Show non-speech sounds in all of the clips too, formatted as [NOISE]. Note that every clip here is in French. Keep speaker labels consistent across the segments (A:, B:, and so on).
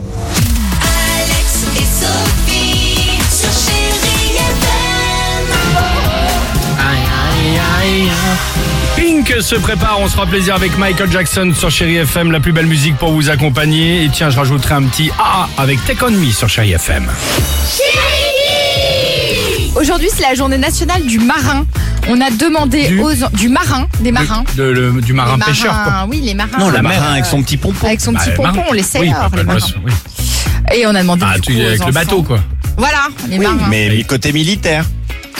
A: Alex et Sophie sur Chéri FM.
B: Pink se prépare, on se fera plaisir avec Michael Jackson sur Chéri FM, la plus belle musique pour vous accompagner. Et tiens, je rajouterai un petit AA avec Take On Me sur Chéri FM.
C: Aujourd'hui, c'est la journée nationale du marin. On a demandé
B: Du-
C: aux du marin, des marins.
B: De- le- du marin
C: Les
B: pêcheur, quoi.
C: marins, Oui, les marins.
B: Non, Ah, la mer,
C: euh,
B: avec son
D: petit pompon.
C: Avec son
B: Bah,
C: petit
B: marin.
C: pompon, les
B: Oui,
C: sailors,
B: bah,
C: les
B: bah,
C: marins.
B: oui.
C: Et on a demandé
B: Ah,
C: du
B: tu-
C: coup, aux
B: avec le
C: enfants.
B: bateau, quoi.
C: Voilà, les marins.
E: Mais côté militaire,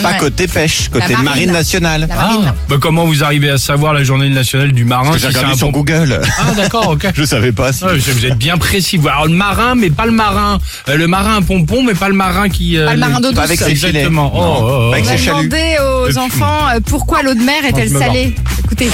E: pas
C: Ouais.
E: côté pêche, côté
C: marine.
E: marine, nationale.
C: La Ah, marine.
B: Bah, comment vous arrivez à savoir la journée nationale du marin
E: J'ai
B: si c'est
E: regardé
B: un
E: sur
B: bon- [LAUGHS]
E: Google.
B: Ah, d'accord, ok.
E: [LAUGHS] Je savais pas si.
B: Ouais, vous vous êtes bien précis. Alors, le marin, mais pas le marin. Euh, Le marin à pompon, mais pas le marin qui. euh,
C: Pas le marin d'eau
E: Pas avec
C: douce.
E: ses filets.
B: Exactement. Oh,
E: Non.
B: oh, oh.
E: Pas avec
C: On
E: ses
C: a
E: chaluts.
C: demandé aux
B: Depuis-
C: enfants euh, pourquoi l'eau de mer est-elle
B: je me
C: salée. Écoutez,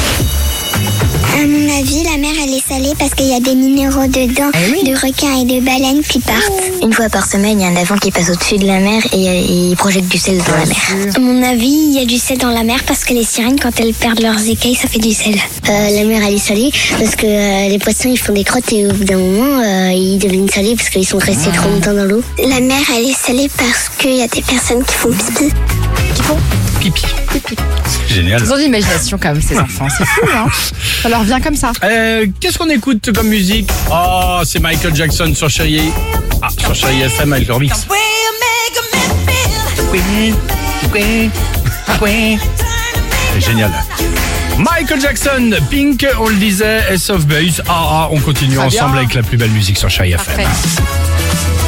F: À mon avis, la mer, elle est salée parce qu'il y a des minéraux dedans, de requins et de baleines qui partent.
G: Eh Une fois par semaine, il y a un avion qui passe au-dessus de la mer et euh, il projette du sel dans la mer.
F: À mon avis, il y a du sel dans la mer parce que les sirènes, quand elles perdent leurs écailles, ça fait du sel.
G: Euh, la mer, elle est salée parce que euh, les poissons, ils font des crottes et au bout d'un moment, euh, ils deviennent salés parce qu'ils sont restés trop longtemps dans l'eau.
F: Ah. La mer, elle est salée parce qu'il y a des personnes qui font pipi.
B: Pipi. C'est Génial.
C: ils ont de l'imagination quand même,
B: [LAUGHS]
C: ces enfants. C'est fou, hein Ça leur vient comme ça.
B: Euh, Qu'est-ce qu'on écoute comme musique Oh, c'est Michael Jackson sur Chéri. Ah, sur Chéri FM avec leur mix.
A: Will make a man feel
B: Génial. Michael Jackson, Pink, on le disait, S of Base. Ah, ah, on continue
C: Très bien.
B: ensemble avec la plus belle musique sur Chéri FM.
C: Parfait.